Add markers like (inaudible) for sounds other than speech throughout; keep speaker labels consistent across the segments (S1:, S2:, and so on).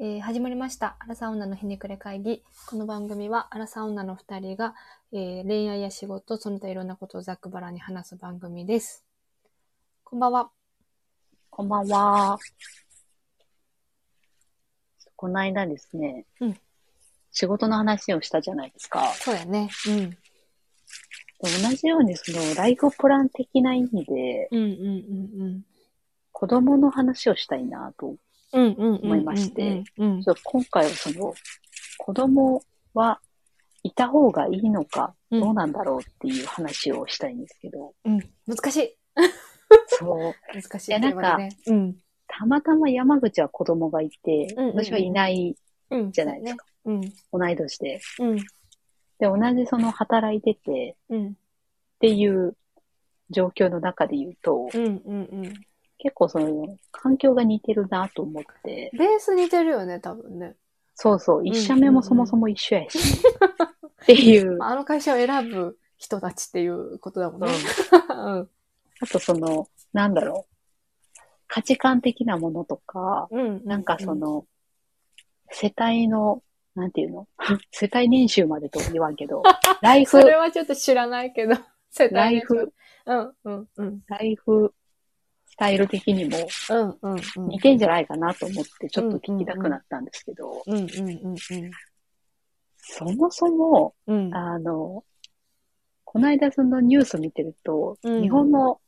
S1: えー始まりました。アラサー女のひねくれ会議。この番組は、アラサー女の二人が、えー恋愛や仕事、その他いろんなことをざっくばらんに話す番組です。こんばんは。
S2: こんばんは。この間ですね、
S1: うん
S2: 仕事の話をしたじゃないですか。
S1: そうやね。うん。
S2: 同じように、その、ライフプラン的な意味で、
S1: うんうんうん
S2: 子供の話をしたいなと。
S1: うん。うんうんうん。
S2: 思いまして。
S1: うん
S2: ち。ょっと今回はその、子供はいた方がいいのか、
S1: うん
S2: どうなんだろうっていう話をしたいんですけど、
S1: うん。難しい。
S2: そう、
S1: 難しい。
S2: いやなんか
S1: ということでね、
S2: たまたま山口は子供がいて、
S1: うんうんうん
S2: 私はいない
S1: うん。うん。
S2: じゃないですか。
S1: うん。
S2: 同い年で。
S1: うん。
S2: で、同じその働いてて、
S1: うん。
S2: っていう状況の中で言うと、
S1: うん。うん。うん。
S2: 結構その環境が似てるなと思って、
S1: ベース似てるよね、多分ね。
S2: そうそう、一社目もそもそも一緒やし、
S1: (laughs)
S2: っていう
S1: ま、ああの会社を選ぶ人たちっていうことだもんね。うん。
S2: あとその、なんだろう、価値観的なものとか、
S1: (laughs) うん。
S2: なんかそ、の、世帯の、なんていうの (laughs) 世帯年収までとは言わん
S1: (laughs)
S2: けど、ライ
S1: そ
S2: フ、
S1: れはちょっと知らないけど、世帯
S2: ライ
S1: 年収
S2: フ、
S1: うんうんうん。
S2: ライフスタイル的にも
S1: うんうんうん。うん
S2: 似てんじゃないかなと思って、ちょっと聞きたくなったんですけど、
S1: うんうん
S2: そもそも、
S1: うん。うん。
S2: あの、この間そのニュース見てると、
S1: うん
S2: 日本の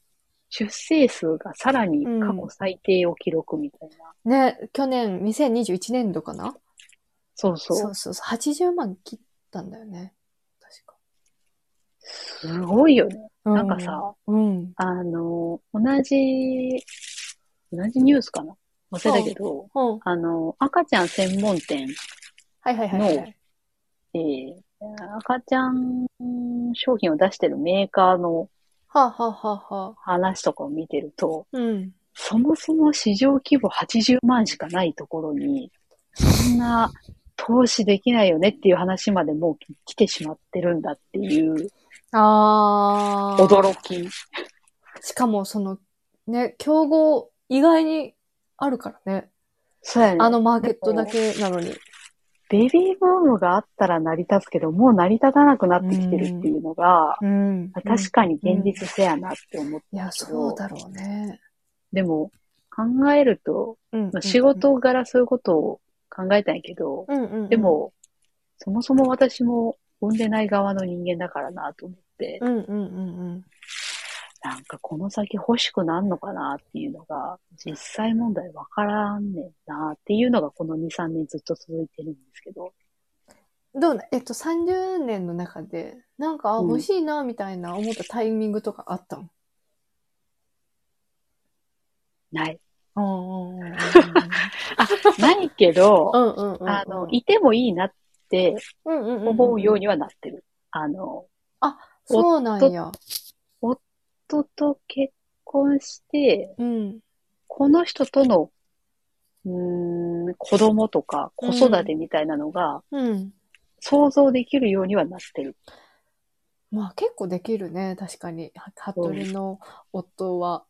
S2: 出生数がさらに過去最低を記録みたいな。
S1: ね、去年、2021年度かな
S2: そうそう
S1: そうそうそう。80万切ったんだよね。確か。
S2: すごいよね。
S1: う
S2: なんか、さ、
S1: うん。
S2: あの、同じ、同じニュースかな忘れたけど、
S1: うん。
S2: あの、赤ちゃん専門店、
S1: はいはいはいはい。
S2: えー赤ちゃん商品を出してるメーカーの
S1: はあ、はあはあはあ、
S2: 話とかを見てると、
S1: うん。
S2: そもそも市場規模80万しかないところに、そんな投資できないよねっていう話までもう来てしまってるんだっていう
S1: あー。
S2: 驚き。
S1: しかもその、ね、競合意外にあるからね。
S2: そうやね。
S1: あのマーケットだけなのに。
S2: ベビーブームがあったら成り立つけど、もう成り立たなくなってきてるっていうのが、
S1: うん。
S2: 確かに現実せやなって思って、
S1: いや、そうだろうね。
S2: でも考えると、
S1: うん
S2: まあ仕事柄そういうことを考えたんやけど、
S1: うんうんうん
S2: で、も、そもそも私も産んでない側の人間だからなと思って、
S1: うんうんうんうん。
S2: なんかこの先欲しくなんのかなっていうのが、実際問題わからんねんなっていうのがこの2、3年ずっと続いてるんですけど。
S1: どうな、えっと、30年の中で、なんか、あ
S2: うん
S1: 欲しいな、みたいな思ったタイミングとかあったの
S2: な
S1: (laughs)
S2: い。
S1: うんうんうん。
S2: ないけど、
S1: うんうんうん。
S2: あの、いてもいいなって
S1: うんうんん
S2: 思うようにはなってる。あの、
S1: そうなんや。
S2: 人と結婚して、
S1: うん。
S2: この人との、うーん、子供とか子育てみたいなのが
S1: うん。
S2: 想像できるようにはなってる。
S1: まあ、結構できるね、確かに。は服部の夫は。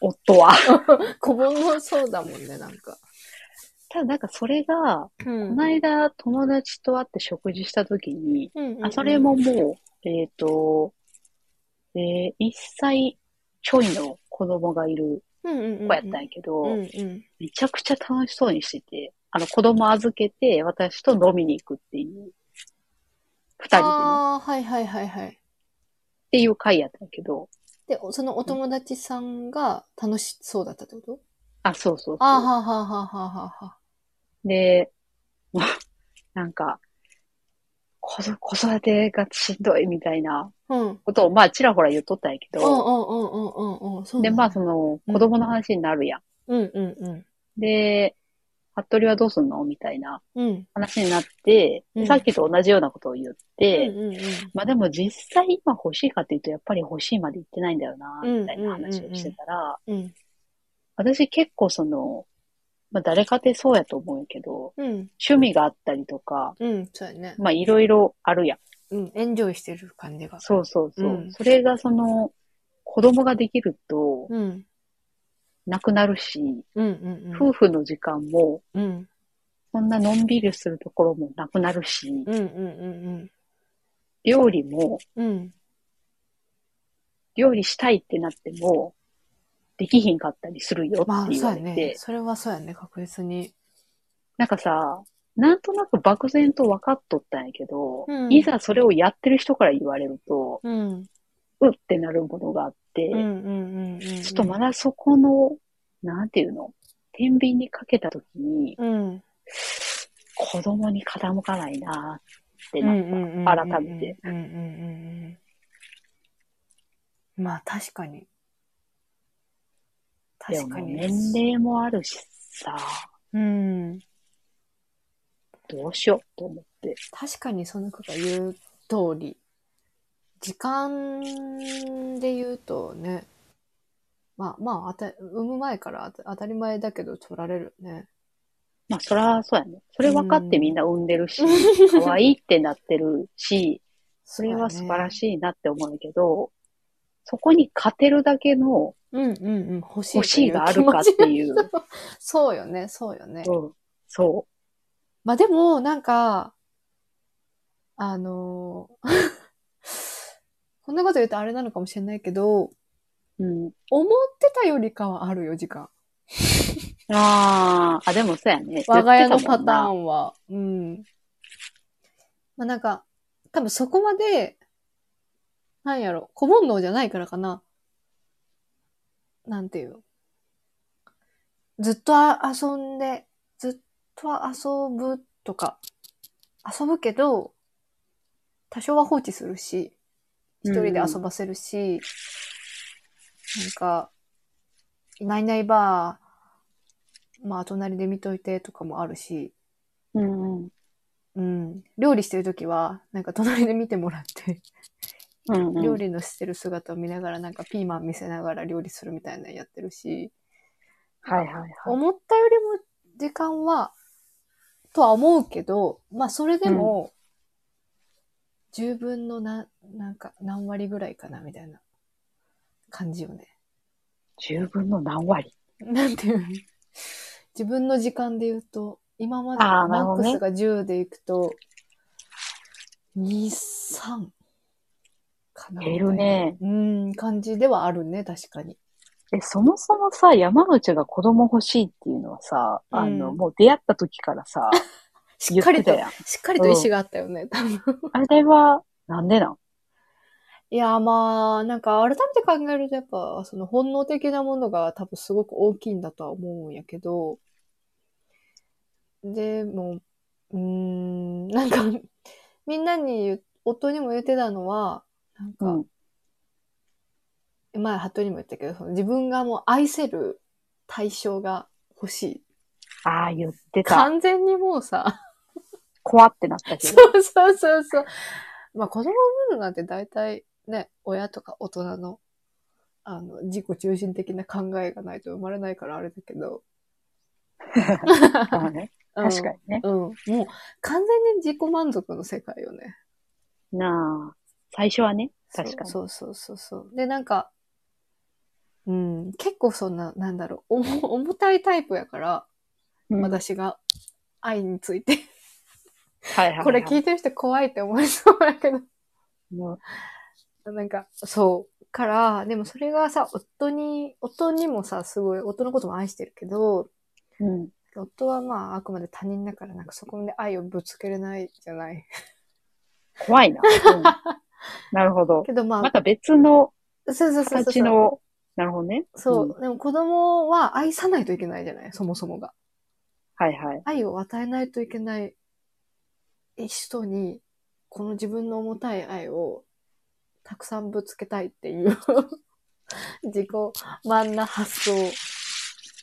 S2: 夫は。
S1: 子煩悩そうだもんね、なんか。
S2: ただなんかそれが、
S1: う
S2: この間友達と会って食事した時に、
S1: うんうんうん
S2: あ、それ。ももう、えっ、と、えー、1歳ちょいの子供がいる
S1: うんうんうん。
S2: 子やったんやけど、
S1: うんうん。
S2: めちゃくちゃ楽しそうにしてて、あの子供預けて私と飲みに行くっていう、二人でね、っ
S1: ああ、はいはいはいはい。
S2: ていう会やったんやけど、
S1: で、おそのお友達さんが楽しそうだったってこと
S2: あ、そうそうそう
S1: ああ、はあはあはあはあはあ。
S2: で、 (laughs) もうなんか、子ど子育てがしんどいみたいな
S1: うん。うん
S2: ことを、まあ、ちらほら言っとったんやけ
S1: うんう
S2: ど、
S1: んうんうんうん。そう
S2: で、
S1: なんだ
S2: まあ、その、
S1: うん
S2: 子供の話になるやん。
S1: うんうん
S2: で、服部はどうすんのみたいな
S1: うん。うん。
S2: 話になって、
S1: うん
S2: さっきと同じようなことを言って、
S1: うんうんうん。
S2: まあでも実際今欲しいかっていうと、やっぱり欲しいまで言ってないんだよな、
S1: うん
S2: みたいな話をしてたら、
S1: うん。
S2: 私結構その、まあ誰かってそうやと思うんやけど、
S1: うん。
S2: 趣味があったりとか、
S1: うん。そうやね。
S2: まあいろいろあるやん。
S1: うん。エンジョイしてる感じが。
S2: そうそうそう。
S1: うん
S2: それがその、子供ができると、
S1: うん。
S2: なくなるし、
S1: うんうんうん。
S2: 夫婦の時間も
S1: うん。
S2: そんなのんびりするところもなくなるし、
S1: うんうんうん
S2: 料理も、
S1: うん。うん。
S2: 料理したいってなっても、できひんかったりするよ
S1: まあ、
S2: って言
S1: そう
S2: わ
S1: や
S2: れて、
S1: ね。それはそうやね、確実に。
S2: なんかさ、なんとなく漠然と分かっとったんやけど、
S1: うん
S2: いざそれをやってる人から言われると、
S1: うん。
S2: うってなるものがあって、
S1: うんうんうんうん。
S2: ちょっとまだそこの、なんていうの天秤にかけた時に、
S1: うん。
S2: 子供に傾かないなって
S1: う
S2: なっ
S1: ん
S2: た。
S1: うんうんうん
S2: 改めて。
S1: うんうんうんうん。まあ、確かに。
S2: で
S1: 確
S2: も
S1: かに。
S2: 年齢もあるしさ、
S1: うん。
S2: どうしようと思って。
S1: 確かにその子が言う通り時間で言うとねまあまああた産む前からあた当たり前だけど取られるよね
S2: まあ、そら、そうやね。それ分かってみんな産んでる
S1: (laughs)
S2: し、可愛いってなってるし、それは素晴ら
S1: い
S2: しいなって思うけど、そこに勝てるだけの
S1: うんうんうん欲しい
S2: 欲しいがあるかっ
S1: という気持
S2: ていう。
S1: ち (laughs) そうよねそうよね
S2: (laughs) うん、そ
S1: まあでもなんかあのー (laughs) こんなこと言うとあれなのかもしれないけど
S2: う。うん。
S1: 思ってたよりかはあるよ時間
S2: ああ、あ、でもそうやね。
S1: 我が家の
S2: 言ってた
S1: パ
S2: もん
S1: タ
S2: な
S1: ーンは。うん。まあなんか、多分そこまで、なんやろ、小煩悩じゃないからかな。なんていう。ずっとあ遊んで、ずっと遊ぶとか、遊ぶけど、多少は放置するし、一人で遊ばせるし、なんか、いないいないばー、まあ、隣で見といてとかもあるし、
S2: うんうん。
S1: うん。料理してるときは、なんか隣で見てもらって、
S2: うんうん
S1: 料理のしてる姿を見ながら、なんかピーマン見せながら料理するみたいなのやってるし、
S2: はいはいはい。
S1: 思ったよりも時間は、とは思うけど、まあ、それでも、十分のな、なんか、何割ぐらいかな、みたいな感じよね。
S2: 十分の何割
S1: (laughs) なんていうの自分の時間で言うと、今まで
S2: あーな
S1: マ
S2: るほ
S1: ッ
S2: ど
S1: ク
S2: ね
S1: スが10でいくと、2、3かな。
S2: 減る。ね。
S1: うん、感じではあるね、確かに。
S2: え、そもそもさ、山口が子供欲しいっていうのはさ、あの、
S1: うん
S2: もう出会った時か
S1: (laughs)
S2: らさ、
S1: しっかりと、
S2: 言ってたやん
S1: しっかりと意思があったよね、多分。
S2: あれは、なんでなん
S1: いや、まあ、なんか改めて考えると、やっぱ、その本能的なものが多分すごく大きいんだとは思うんやけど、でも、うーん、なんか、みんなに言う、夫にも言ってたのは、なん
S2: う
S1: か
S2: ん、
S1: 前、鳩にも言ったけど、その自分がもう愛せる対象が欲しい。
S2: ああ、言ってた。
S1: 完全にもうさ、
S2: 怖ってなったけど。
S1: そうそうそうそう。まあ子供を産むのなんて大体ね、親とか大人の、あの、自己中心的な考えがないと生まれないからあれだけ
S2: (laughs)
S1: ど。
S2: まあね確かにね。
S1: うん。うん。もう完全に自己満足の世界よね。
S2: なあ、最初はね、確かに。
S1: そうそうそうそうそう。で、なんか、うん、結構そんな、なんだろう、重重たいタイプやから、
S2: うん
S1: 私が愛について。
S2: はいはいはい
S1: これ聞いてる人怖いって思いそうだけど。
S2: もう
S1: なんか、そう。から、でもそれがさ、夫に、夫にもさ、すごい、夫のことも愛してるけど、
S2: うん。
S1: 夫はまあ、あくまで他人だから、なんかそこまで愛をぶつけれないじゃない。
S2: 怖いな。 (laughs) うんなるほど。
S1: けどま
S2: ま
S1: あ、
S2: た別の
S1: そうそうそうそう
S2: 形の、なるほどね。
S1: そう、でも子供は愛さないといけないじゃない、そもそもが。
S2: はいはい。
S1: 愛を与えないといけない人に、この自分の重たい愛をたくさんぶつけたいっていう (laughs) 自己満な発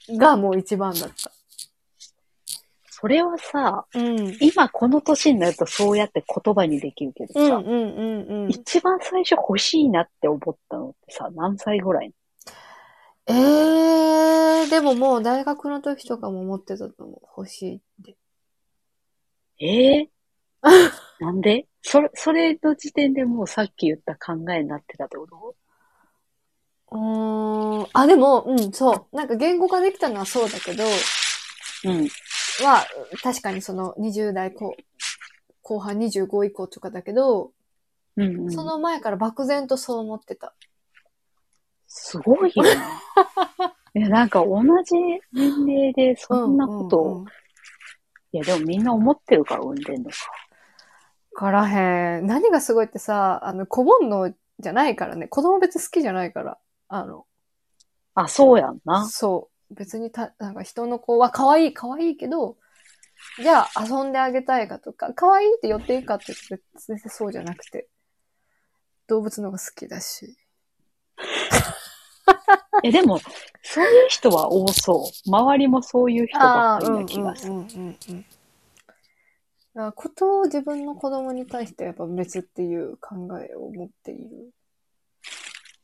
S1: 想がもう一番だった。
S2: それはさ、
S1: うん。
S2: 今この年になるとそうやって言葉にできるけど
S1: うんう
S2: さ、
S1: んうんうん。
S2: 一番最初欲しいなって思ったのってさ、何歳ぐらい
S1: えー、でももう大学の時とかも持ってたと思う。欲しいって。
S2: ええ (laughs) なんでそれ、それの時点でもうさっき言った考えになってたってこと
S1: うーん。あ、でも、うん、そう。なんか言語化できたのはそうだけど、
S2: うん。
S1: は、確かにその20代後後半25以降とかだけど、
S2: うんうん
S1: その前から漠然とそう思ってた。
S2: すごいよね。
S1: (laughs)
S2: いやなんか同じ年齢でそんなことを、
S1: うんうんうん
S2: いやでもみんな思ってるから産んでんのか。
S1: からへん。何がすごいってさ、あの、顧問のじゃないからね。子供別に好きじゃないから。あの、
S2: あ、そうやんな。
S1: そう。別にた、なんか人の子は可愛い可愛いけど、じゃあ遊んであげたいかとか、可愛いって寄っていいかって言って別にそうじゃなくて、動物の方が好きだし。
S2: え、でも、そういう人は多そう。周りもそういう人ばっか
S1: う
S2: り
S1: んう
S2: なん気がする。
S1: うんうん。だからことを自分の子供に対してやっぱ別っていう考えを持っている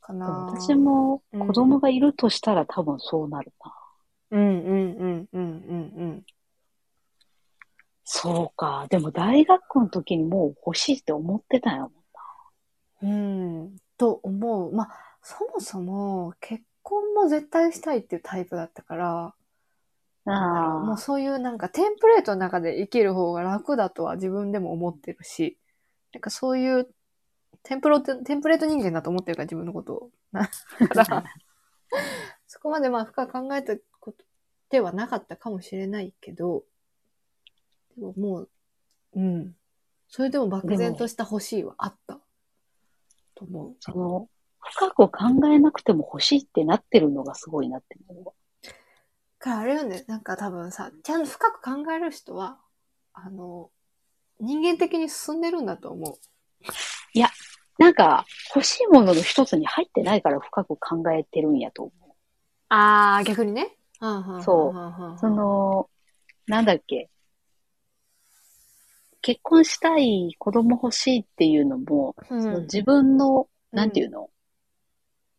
S1: か
S2: で
S1: な
S2: も。私も子供がいるとしたら多分そうなるな。
S1: うんうんうんうんうん
S2: そうか。でも大学の時にもう欲しいって思ってたよ。
S1: うん。うん。と思う。まあ、そもそも結婚も絶対したいっていうタイプだったから、
S2: あ
S1: も
S2: あ
S1: う。そういうなんかテンプレートの中で生きる方が楽だとは自分でも思ってるし、なんかそういうテンプロテ、テンプレート人間だと思ってるから自分のことを。だから、 (laughs) そこまでまあ深く考えたことではなかったかもしれないけど、でももう、うん。それでも漠然とした欲しいはあった。と思う。
S2: その、深く考えなくても欲しいってなってるのがすごいなって思うわ。
S1: からあれよね、なんか多分さ、ちゃんと深く考える人は、あの、人間的に進んでるんだと思う。
S2: なんか、欲しいものの一つに入ってないから深く考えてるんやと思う。
S1: ああ、逆にね。
S2: そう
S1: う
S2: そ、の、なんだっけ。結婚したい、子供欲しいっていうのも、
S1: うん
S2: その自分の、なんていうの、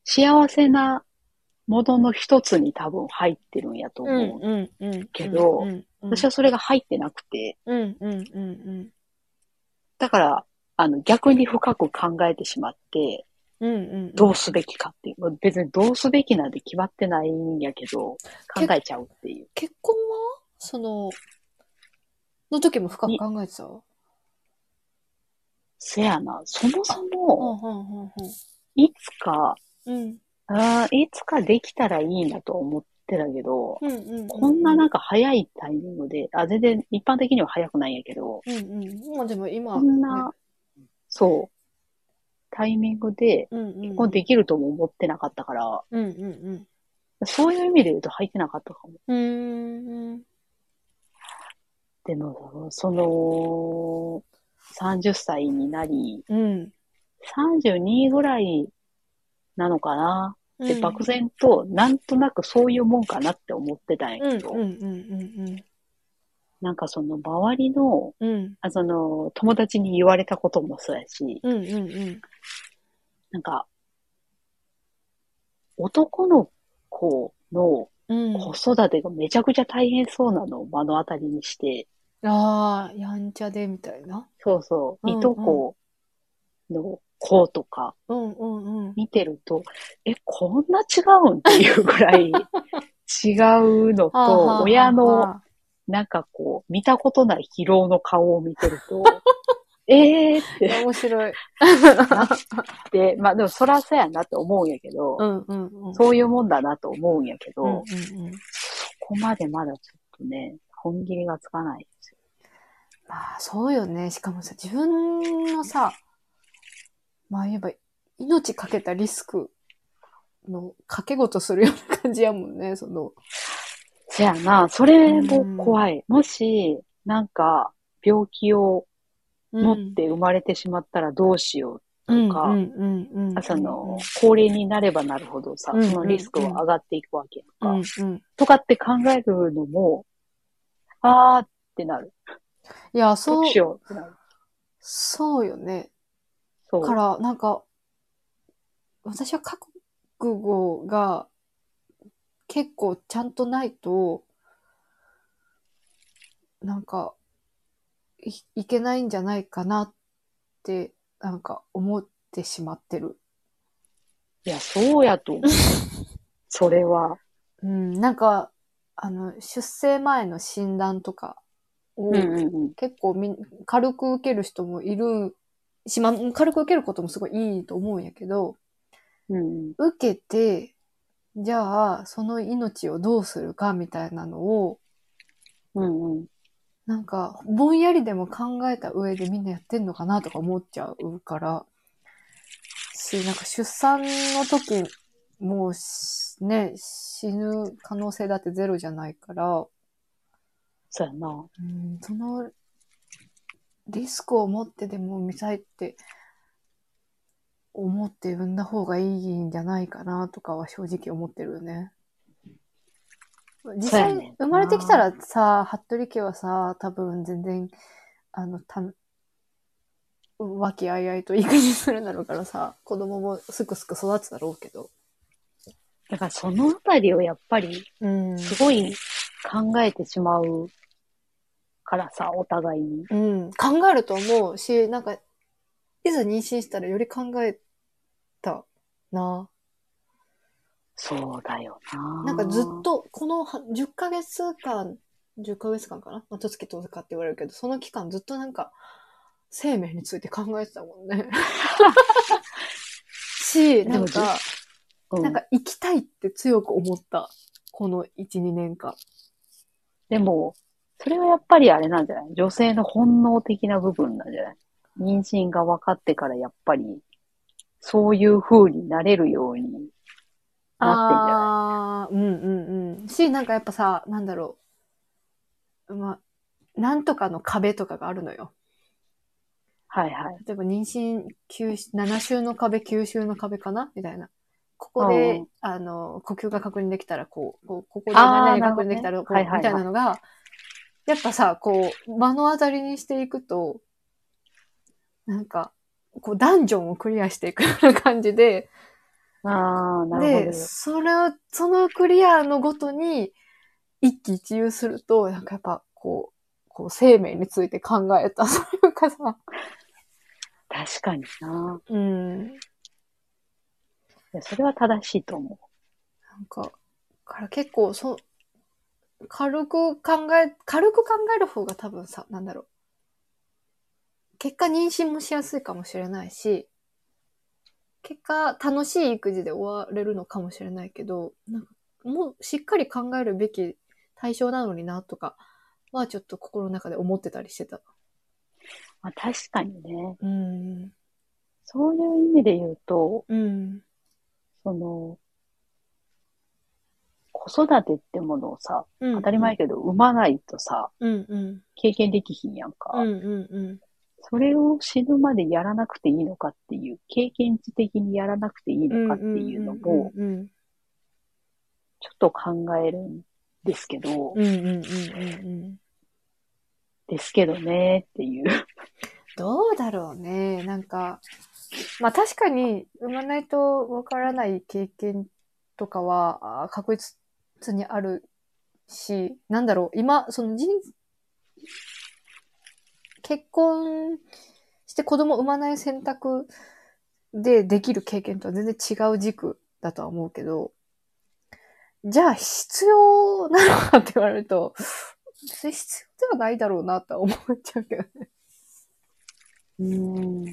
S2: 幸せなものの一つに多分入ってるんやと
S1: う
S2: 思う。
S1: んうんうん。
S2: けど
S1: うんうん、
S2: 私はそれが入ってなくて、
S1: うんうんうんうん。
S2: だから、あの、逆に深く考えてしまって、
S1: うんうんうん。
S2: どうすべきかっていう。まあ別にどうすべきなんて決まってないんやけど、考えちゃうっていう。
S1: 結婚はその、の時も深く考えてたわ
S2: せやな、そもそ
S1: うん
S2: も、
S1: うん
S2: いつか、
S1: うんうん。
S2: あーいつかできたらいいなと思ってたけど、
S1: うんうんうん。
S2: こんななんか早いタイミングで、あ、全然一般的には早くないんやけど、
S1: うんうん。まあでも今、
S2: こんな、そう、タイミングで、
S1: ね、うんうん。
S2: 結婚できるとも思ってなかったから、
S1: うんうん
S2: そういう意味で言うと入ってなかったかも。
S1: うん。うーん。
S2: でも、その、30歳になり、
S1: うん。
S2: 32ぐらいなのかな
S1: う
S2: で、
S1: ん
S2: 漠然と、なんとなくそういうもんかなって思ってたん
S1: う
S2: や
S1: ん
S2: け
S1: う
S2: ど、
S1: んうん
S2: なんかその周りの、
S1: うんうん。
S2: あその、友達に言われたこともそうやし、
S1: うんうんうん
S2: なんか、男の子の
S1: うん。うん。
S2: 子育てがめちゃくちゃ大変そうなのを目の当たりにして、
S1: ああ、やんちゃでみたいな。
S2: そうそうう、
S1: んうん
S2: いとこの子とか、
S1: うんうんうん。
S2: 見てると、え、こんな違うんっていうぐらい違うの
S1: (laughs) はあはあはあ
S2: と、親の、なんかこう、見たことない疲労の顔を見てる
S1: (laughs)
S2: と、えーって
S1: 面白い。
S2: なって、まあでもそらそうやなって思うんやけど、
S1: うんうんうん。
S2: そういうもんだなと思うんやけど、
S1: うんうん
S2: こ
S1: うん。
S2: こまでまだちょっとね、本切りがつかないですよ。
S1: まあ、そうよね。しかもさ、自分のさ、まあ言えば、命かけたリスクの掛け事するような感じやもんね、その。
S2: せやな、それも怖い。もし、なんか、病気を持って生まれてしまったらどうしよう
S1: うん、
S2: とか
S1: うんうんうんうん。
S2: その、高齢になればなるほどさ、
S1: うんうん
S2: そのリスクは上がっていくわけやん
S1: う
S2: か、
S1: んうん。
S2: とかって考えるのも、あーってなる。
S1: いや、
S2: ど
S1: そうう
S2: し、ようってなる。
S1: そうよね。
S2: そう。
S1: から、なんか、私は覚悟が結構ちゃんとないと、なんか、いいけないんじゃないかなって、なんか思ってしまってる。
S2: (laughs) いや、そうやと思う。それは。
S1: うん、なんか、あの、出生前の診断とかを、
S2: うんうんうん。
S1: 結構みん軽く受ける人もいるし、まあ、軽く受けることもすごいいいと思うんやけど、
S2: うん
S1: 受けて、じゃあ、その命をどうするかみたいなのを、
S2: うん。うん
S1: なんか、ぼんやりでも考えた上でみんなやってんのかなとか思っちゃうから、し、なんか出産の時、もうしね、死ぬ可能性だってゼロじゃないから、
S2: そうやな。
S1: うんそのリスクを持ってでも見たいって思って産んだ方がいいんじゃないかなとかは正直思ってるよね。実
S2: そうや
S1: 際、
S2: ねんな
S1: 生まれてきたらさ、服部家はさ、多分全然、あの、た、和気あいあいと育児するだろうからさ、子供もすくすく育つだろうけど。
S2: だからそのあたりをやっぱり
S1: うん
S2: すごい考えてしまうからさ、お互いに。
S1: うん、考えると思うし、なんか、いざ妊娠したらより考えたな。
S2: そうだよな。
S1: なんかずっ。と、このは10ヶ月間、10ヶ月間かなまあ、とつきとかって言われるけど、その期間ずっとなんか、生命について考えてたもん
S2: (laughs)
S1: ね。し、なん
S2: でも
S1: か、
S2: うん、
S1: なんか生きたいって強く思った。この1、2年間。
S2: でも、それはやっぱりあれなんじゃない女性の本能的な部分なんじゃない妊娠が分かってからやっぱり、そういう風になれるようにな
S1: ああー、うんうんうん。し、なんかやっぱさ、なんだろう。まあ、なんとかの壁とかがあるのよ。
S2: ってんじゃないはいはい。
S1: 例えば妊娠9 7週の壁、9週の壁かなみたいな。ここ
S2: う
S1: で
S2: ん、
S1: あの、呼吸が確認できたらこう、こうここで
S2: あー
S1: 何々確認できたらこう、
S2: なるほどねはいは
S1: みたいな
S2: いはい
S1: のが、やっぱさ、こう、目の当たりにしていくと、なんか、こう、ダンジョンをクリアしていくような感じで、
S2: ああ、なる
S1: で、
S2: ほど。
S1: それを、そのクリアのごとに、一喜一憂すると、なんかやっぱ、こう、こう生命について考えた、そういうかさ、
S2: 確かにな。
S1: うん、なん
S2: いやそれは正しいと思
S1: か、だから結構、そう、軽く考え、軽く考える方が多分さ、なんだろう。結果妊娠もしやすいかもしれないし、結果楽しい育児で終われるのかもしれないけど、なんかもうしっかり考えるべき対象なのになとかはちょっと心の中で思ってたりしてた。
S2: う。まあ、確かにね。
S1: うん。
S2: そういう意味で言うと、
S1: うん。
S2: その、子育てってものをさ、
S1: 当
S2: 当たり前やけど、産まないとさ、
S1: うんうん。
S2: 経験できひんやんか。
S1: うんうんうん。
S2: それを死ぬまでやらなくていいのかっていう、経験値的にやらなくていいのかっていうのも、
S1: うんうん
S2: ちょっと考えるんですけど、
S1: うんうんうんうん。
S2: ですけどねっていう。
S1: どうだろうね。なんか、まあ確かに、産まないとわからない経験とかは、あー確実にあるし、なんだろう、今、その人、結婚して子供産まない選択でできる経験とは全然違う軸だとは思うけど、じゃあ必要なのかって言われると、別に必要ではないだろうなとは思っちゃうけど。
S2: うん。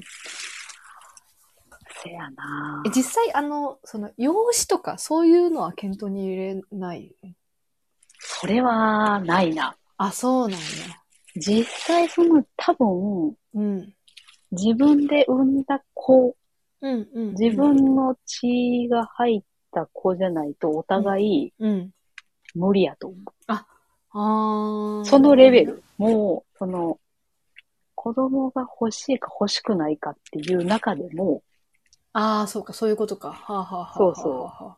S2: せやな
S1: え実際、あの、その、養子とか、そういうのは検討に入れない。
S2: それは、ないな。
S1: あ、そうなんや。
S2: 実際その、多分、
S1: うん。
S2: 自分で産んだ子、
S1: うん、うん。
S2: 自分の血が入った子じゃないと、お互い
S1: うん。
S2: 無理やと思う。
S1: あー。
S2: そのレベ。ル。もう、その、子供が欲しいか欲しくないかっていう中でも、
S1: あー、そうか、そういうことか。はあ、はあはあ、
S2: そうそう
S1: は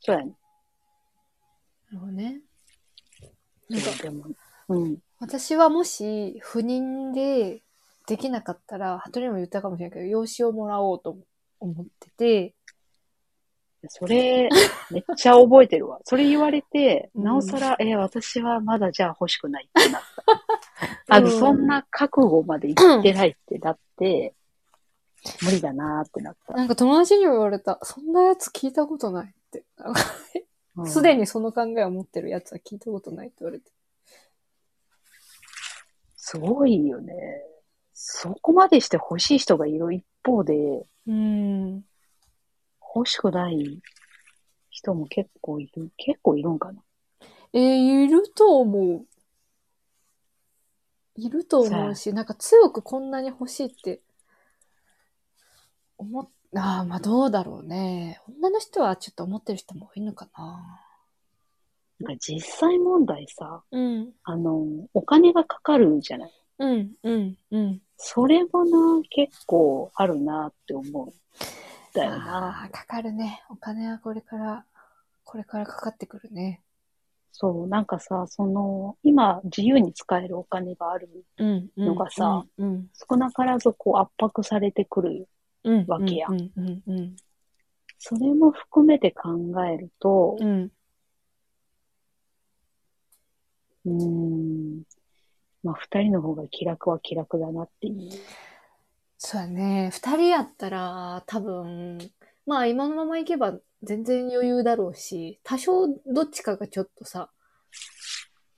S2: そうやね。
S1: あ。なるほどね。なんか、
S2: でも、うん。
S1: 私はもし、不妊でできなかったら、鳩にも言ったかもしれないけど、養子をもらおうと思ってて、
S2: それ、めっちゃ覚えて
S1: (laughs)
S2: るわ。それ言われて、
S1: うん
S2: なおさら、えー私はまだじゃあ欲しくないってなった。あの、
S1: うん
S2: そんな覚悟まで言ってないって、だって、無理だなーってなった。
S1: なんか友達にも言われた、そんなやつ聞いたことないって。なんか
S2: うん
S1: すでにその考えを持ってるやつは聞いたことないって言われて。
S2: すごいよね。そこまでして欲しい人がいる一方で、
S1: うん。
S2: 欲しくない人も結構いる。結構いるんかな。
S1: えーいると思う。いると思うし、なんか強くこんなに欲しいって思っ、ああ、まあどうだろうね。女の人はちょっと思ってる人も多いのかな。
S2: なんか実際問題さ、
S1: うん。
S2: あの、お金がかかるじゃない。
S1: うん、うん、うん。
S2: それもな、結構あるなって思うんだよな。
S1: ああ、かかるね。お金はこれから、これからかかってくるね。
S2: そう、なんかさ、その、今自由に使えるお金がある、
S1: うん。うん
S2: のがさ、
S1: うん。
S2: 少なからずこう圧迫されてくる。
S1: うん。
S2: わけや
S1: うん、うん、うん。
S2: それも含めて考えると、
S1: うん。
S2: うーん。まあ、二人の方が気楽は気楽だなっていう。
S1: そうやね。二人やったら、多分、まあ今のままいけば全然余裕だろうし、多少どっちかがちょっとさ、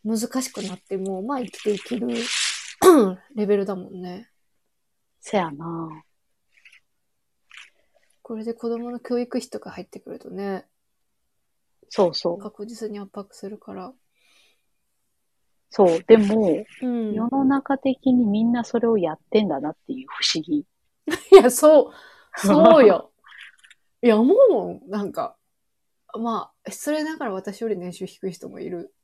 S1: 難しくなっても、まあ生きていける (coughs) レベルだもんね。
S2: せやな
S1: これで子供の教育費とか入ってくるとね、
S2: そうそう。
S1: 確実に圧迫するから。
S2: そう。でも、
S1: うん。い
S2: 世の中的にみんなそれをやってんだなっていう不思議。
S1: や、そう、そうよ。いや、思うもん。なんか、まあ、失礼ながら私より年収低い人もいる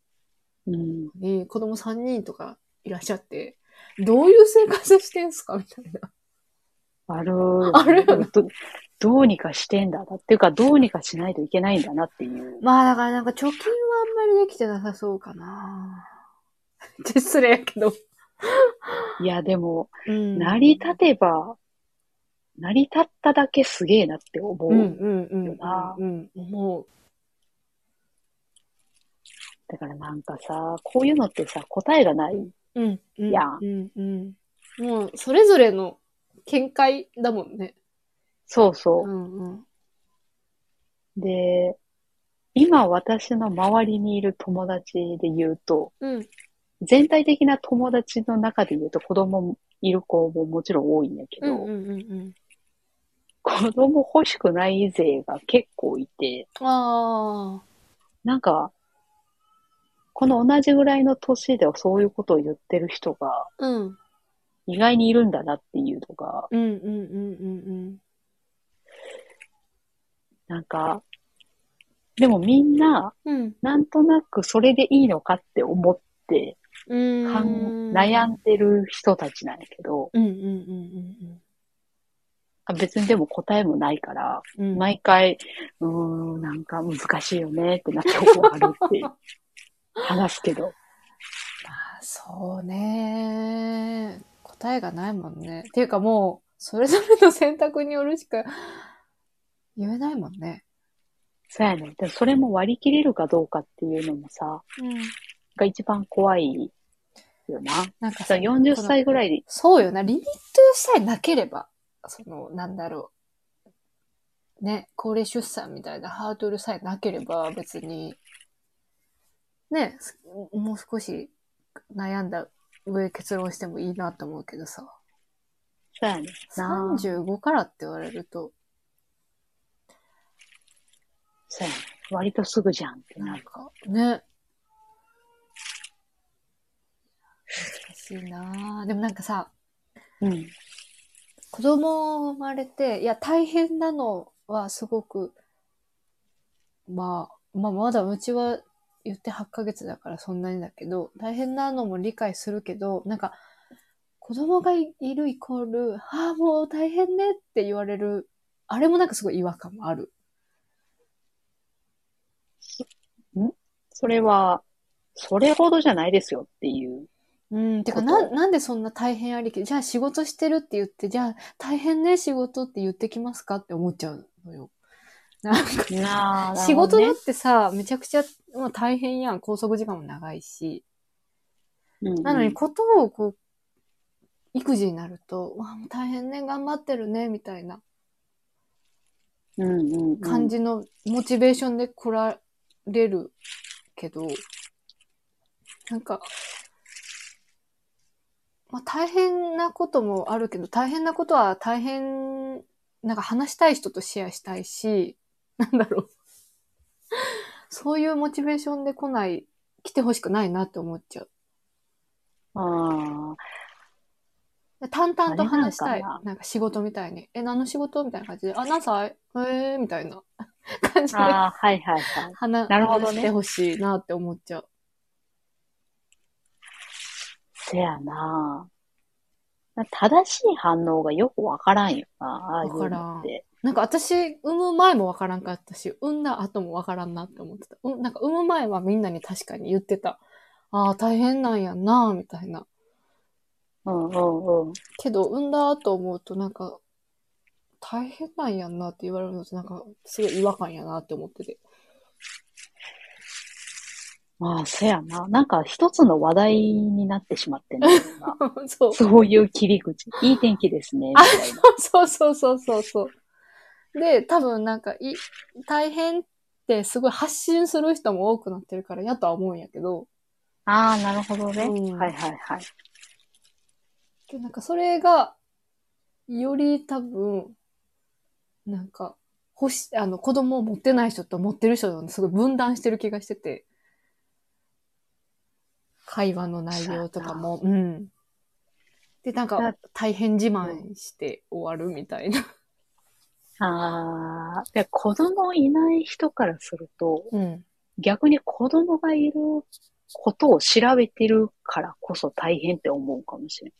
S2: うん。
S1: に子供3人とかいらっしゃって、どういう生活してんすかみたいな。
S2: ある。
S1: あるよね
S2: どどうにかしてんだな。っていうか、どうにかしないといけないんだなっていう。
S1: まあだからなんか貯金はあんまりできてなさそうかな。 (laughs) 失礼やけど。
S2: いや、でも、
S1: うん
S2: 成り立てば、成り立っただけすげえなって思う。
S1: うんうんうん
S2: よな
S1: うん。思う。
S2: だからなんかさ、こういうのってさ、答えがない。
S1: うんうん。
S2: いや
S1: うんうん。もうそれぞれの見解だもんね。
S2: そうそう
S1: う。んうん。
S2: で、今私の周りにいる友達で言うと、
S1: うん。
S2: 全体的な友達の中で言うと子供いる子ももちろん多いんやけ
S1: う
S2: ど、
S1: んうんうんうん。
S2: 子供欲しくない勢が結構いて、
S1: ああ。
S2: なんか、この同じぐらいの年でそういうことを言ってる人が
S1: うん。
S2: 意外にいるんだなっていうのが、
S1: うんうんうんうん
S2: なんか、でもみんな、
S1: うん。うん。
S2: なんとなくそれでいいのかって思って、
S1: う
S2: か
S1: ん
S2: ん。悩んでる人たちなんやけど、
S1: うんうんうん
S2: あ別にでも答えもないから、
S1: うんうん。
S2: 毎回、うーん、なんか難しいよねってなって終わるって話すけど。
S1: あそうね。答えがないもんね。っていうかもう、それぞれの選択によるしか (laughs) 言えないもんね。
S2: そうやね。でもそれも割り切れるかどうかっていうのもさ、
S1: うん。
S2: が一番怖いよな。
S1: なんかさ、
S2: さ、40歳ぐらいで、
S1: そうよな。リミットさえなければ、その、なんだろう。ね、高齢出産みたいなハードルさえなければ別に、ね、すもう少し悩んだ上結論してもいいなと思うけどさ。
S2: そうやねんな。
S1: 35からって言われると、
S2: そうやねん割とすぐじゃんってな
S1: なん
S2: る。
S1: か、ね。難しいなぁでもなんかさ、
S2: うん。
S1: 子供生まれて、いや、大変なのはすごく、まあ、まあ、まだうちは言って8ヶ月だからそんなにだけど、大変なのも理解するけど、なんか、子供がいいるイコール、ああ、もう大変ねって言われる、あれもなんかすごい違和感もある。
S2: それは、それほどじゃないですよっていう。
S1: うん、てか
S2: こと
S1: な、なんでそんな大変ありき、じゃあ仕事してるって言って、じゃあ大変ね、仕事って言ってきますかって思っちゃうのよ。なんか、
S2: な
S1: 仕事だ
S2: ね
S1: っ。てさ、めちゃくちゃ、まあ、大変やん、拘束時間も長いし。
S2: うんうん
S1: なのに、ことをこう、育児になると、わあ、もう大変ね、頑張ってるね、みたいな
S2: うんうんうん
S1: 感じのモチベーションで来られるけど、なんか、まあ、大変なこともあるけど、大変なことは大変、なんか話したい人とシェアしたいし、 (laughs) なんだろう。そういうモチベーションで来ない、来てほしくないなって思っちゃう。
S2: ああ、
S1: 淡々と話したい。
S2: あれな
S1: な
S2: のか
S1: んか仕事みたいに。え、何の仕事みたいな感じで。あ、何歳えー、みたいな感じで
S2: ああ、はいはいはい。
S1: 話
S2: なるほどね
S1: 話してほしいなって思っちゃう。
S2: せやな正しい反応がよくわからんよな、ああいうのって。
S1: なんか私、産む前もわからんかったし、産んだ後もわからんなって思ってた。うん、なんか産む前はみんなに確かに言ってた。ああ、大変なんやな、みたいな。
S2: うんうんうん。
S1: けど、産んだ後思うと、なんか、大変なんやんなって言われるのって、なんか、すごい違和感やなって思ってて。 (laughs)
S2: まあ、せやな。なんか一つの話題になってしまってんだよな。
S1: そう。
S2: そういう切り口。いい天気ですね。み
S1: あ
S2: たいな。
S1: そうそうそうそうそう。で、多分なんか、い、大変ってすごい発信する人も多くなってるからやとは思うんやけど、
S2: ああ、なるほどね。
S1: うん
S2: はいはいはい。
S1: でなんかそれが、より多分、なんか、欲し、あの、子供を持ってない人と持ってる人とすごい分断してる気がしてて、会話の内容とかも、うん。で、なん
S2: だ
S1: か、大変自慢して終わるみたいな。
S2: ああ、で子供いない人からすると、
S1: うん。
S2: 逆に子供がいることを調べてるからこそ大変って思うかもしれ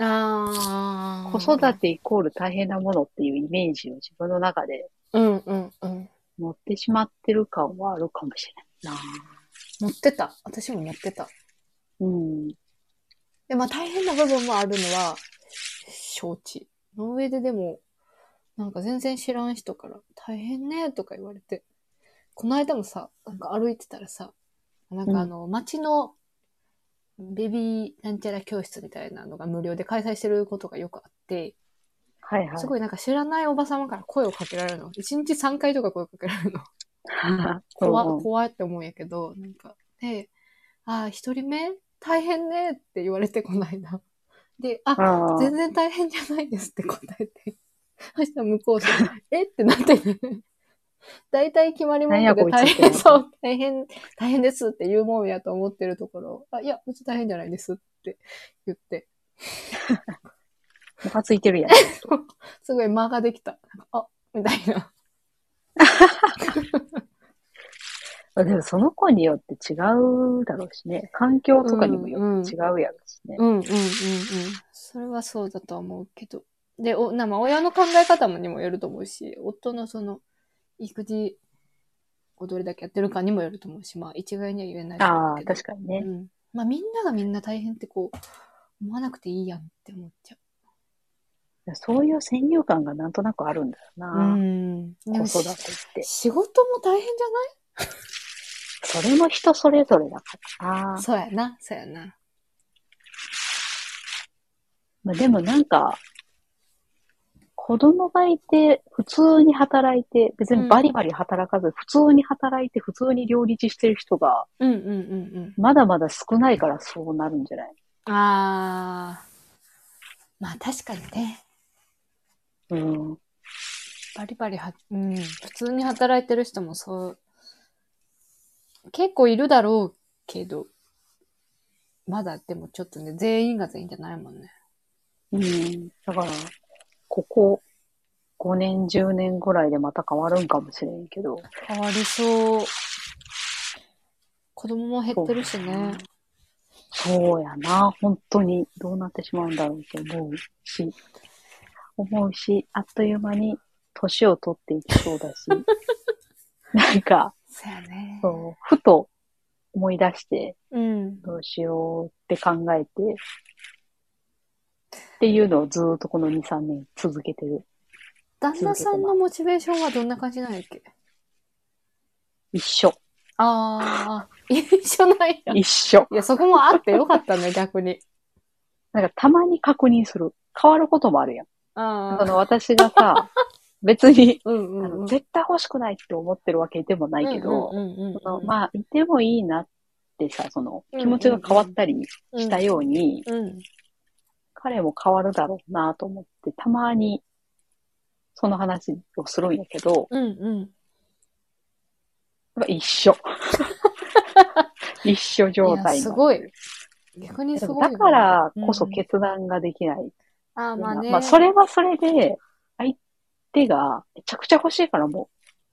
S1: あ
S2: ない。子育てイコール大変なものっていうイメージを自分の中で
S1: うんうんうん。
S2: 持ってしまってる感はあるかもしれないな。
S1: 持ってた。私も持ってた。
S2: うん。
S1: で、まあ大変な部分もあるのは、承知。の上ででも、なんか全然知らん人から、大変ね、とか言われて。この間もさ、なんか歩いてたらさ、なんかあの、街の、ベビーなんちゃら教室みたいなのが無料で開催してることがよくあって、
S2: はいはい。
S1: すごいなんか知らないおばさまから声をかけられるの。1日3回とか声かけられ
S2: (laughs)
S1: るの。怖
S2: うんうん
S1: 怖いって思うんやけど、なんか。で、ああ、一人目大変ねって言われてこないな。で、あ、
S2: ああ
S1: 全然大変じゃないですって答えて。 (laughs) そしたら向こうで、えってなってね。大体決まりもん
S2: 何や
S1: とか
S2: こ
S1: 大
S2: いつってなっ
S1: 変、 (laughs)
S2: て
S1: そう、大変、大変ですって言うもんやと思ってるところ、あ、いや、うち大変じゃないですって言って、
S2: ムカついてるやん。
S1: すごい間ができた。あ、みたいな。
S2: まあでもその子によって違うだろうしね。環境とかにもよって違うやろうしね。
S1: うんうんうんうん。それはそうだとは思うけど。で、お、な、まあ、親の考え方もにもよると思うし、夫のその、育児をどれだけやってるかにもよると思うし、まあ、一概には言えない
S2: ああ、
S1: けど
S2: 確かにね。
S1: うん。まあ、みんながみんな大変ってこう、思わなくていいやんって思っちゃ
S2: そういう先入観がなんとなくあるんだよ
S1: う。
S2: な。
S1: ん。でも
S2: 子
S1: し
S2: 育てって。
S1: 仕事も大変じ
S2: それも人それぞれだから
S1: ゃな。
S2: ない
S1: そうやな、そうやな。
S2: まあ、でもなんか、子供がいて、普通に働いて、別にバリバリ働かず、普通に働いて、普通に両立してる人が、
S1: うんうんうん
S2: まだまだ少ないからそうなるんじゃない
S1: うん。あー。まあ、確かにね。
S2: うん。
S1: バリバリは、うん、普通に働いてる人もそう、結構いるだろうけど、まだでもちょっとね、全員が全員じゃないもんね。
S2: うん。だから、ここ5年、10年ぐらいでまた変わるんかもしれんけど。
S1: 変わりそう。子供も減ってるしね。
S2: そうやな、本当にどうなってしまうんだろうと思うし、思うし、あっという間に年を取っていきそうだし、
S1: (laughs)
S2: なんか、
S1: そうやね。
S2: そうふと思い出して、
S1: うん。
S2: どうしようって考えて、っていうのをずーっとこの2、3年続けてる。
S1: 旦那さんのモチベーションはどんな感じなんやっけ
S2: 一緒。
S1: あー、 (laughs) 一緒なんや。い
S2: 一緒。
S1: や、そこもあってよかったね、逆に。
S2: なんかたまに確認する。変わることもあるやん。
S1: あ
S2: そ
S1: ー (laughs)
S2: の私がさ、別に、
S1: うん
S2: あ
S1: うんうん。
S2: の、絶対欲しくないって思ってるわけでもないけど、
S1: うんうんうんうん、
S2: そのまあ、いてもいいなってさ、その、気持ちが変わったり
S1: あ
S2: した。ように、
S1: うん。
S2: 彼も変わるだろうなと思って、たまに、その話をするんやけど、
S1: うんうん。
S2: やっぱ
S1: (laughs)
S2: 一緒。一緒状
S1: いや
S2: 態に
S1: す
S2: なってる
S1: ごい。逆にすごいよ
S2: だ
S1: ね。
S2: からこそ
S1: うん
S2: 決断ができない。
S1: あーまあね。
S2: まあ、それはそれで、相手がめちゃくちゃ欲しいからも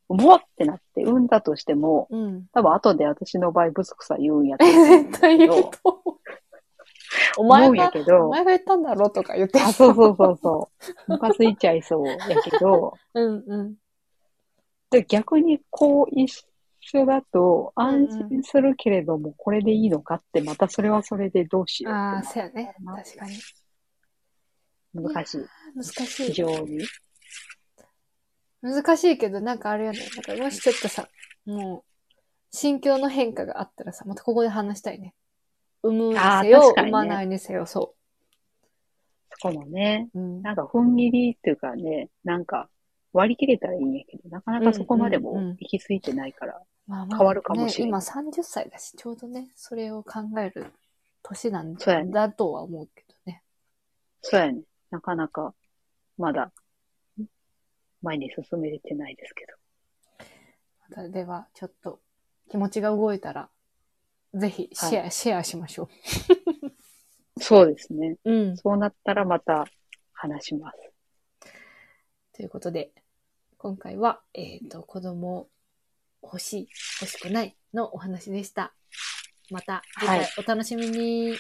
S2: う、もうってなって産んだとしても、
S1: うん。
S2: 多分後で私の場合ブスくさ言うんやと思うんやけど
S1: 絶対言うと思う。お前
S2: 思うんや
S1: が、
S2: け
S1: お
S2: ど、
S1: 前が言ったんだろとか言って
S2: あ、そうそうそうそう。ムカついちゃいそうやけど、
S1: うんうん。
S2: で逆にこう一緒だと安心するけれども、これでいいのかって、またそれはそれでどうしよう
S1: ああ、
S2: って
S1: そうやね。
S2: な
S1: 確かに。
S2: な難しい。
S1: 難し
S2: 非
S1: い。
S2: 常に。
S1: 難しいけど、なんかあれやね。なんかもしちょっとさ、もう、心境の変化があったらさ、またここで話したいね。産むに
S2: あー
S1: せよ、
S2: 確か
S1: 産
S2: にね
S1: まないにせよ、そ
S2: そこもね、
S1: う。うん。
S2: なんか踏ん切りっていうかね、なんか割り切れたらいいんやけど、なかなかそこまで
S1: うんうんう
S2: も
S1: ん
S2: 行き着いてないから。
S1: まあまあ
S2: 変わるかもしれ
S1: ね、
S2: な
S1: 今
S2: い
S1: 30歳だし、ちょうどね、それを考える年なん
S2: そうやね
S1: だとは思うけどね。
S2: そうやね。なかなか、まだ、前に進めれてないですけど。
S1: またでは、ちょっと気持ちが動いたら、ぜひシェア、シェアしましょ
S2: そうですね。
S1: う。うん。
S2: そうなったらまた話します。
S1: ということで、今回は、えっ、と、子供欲しい、欲しくないのお話でした。また、次
S2: は
S1: 回
S2: い
S1: お楽しみに。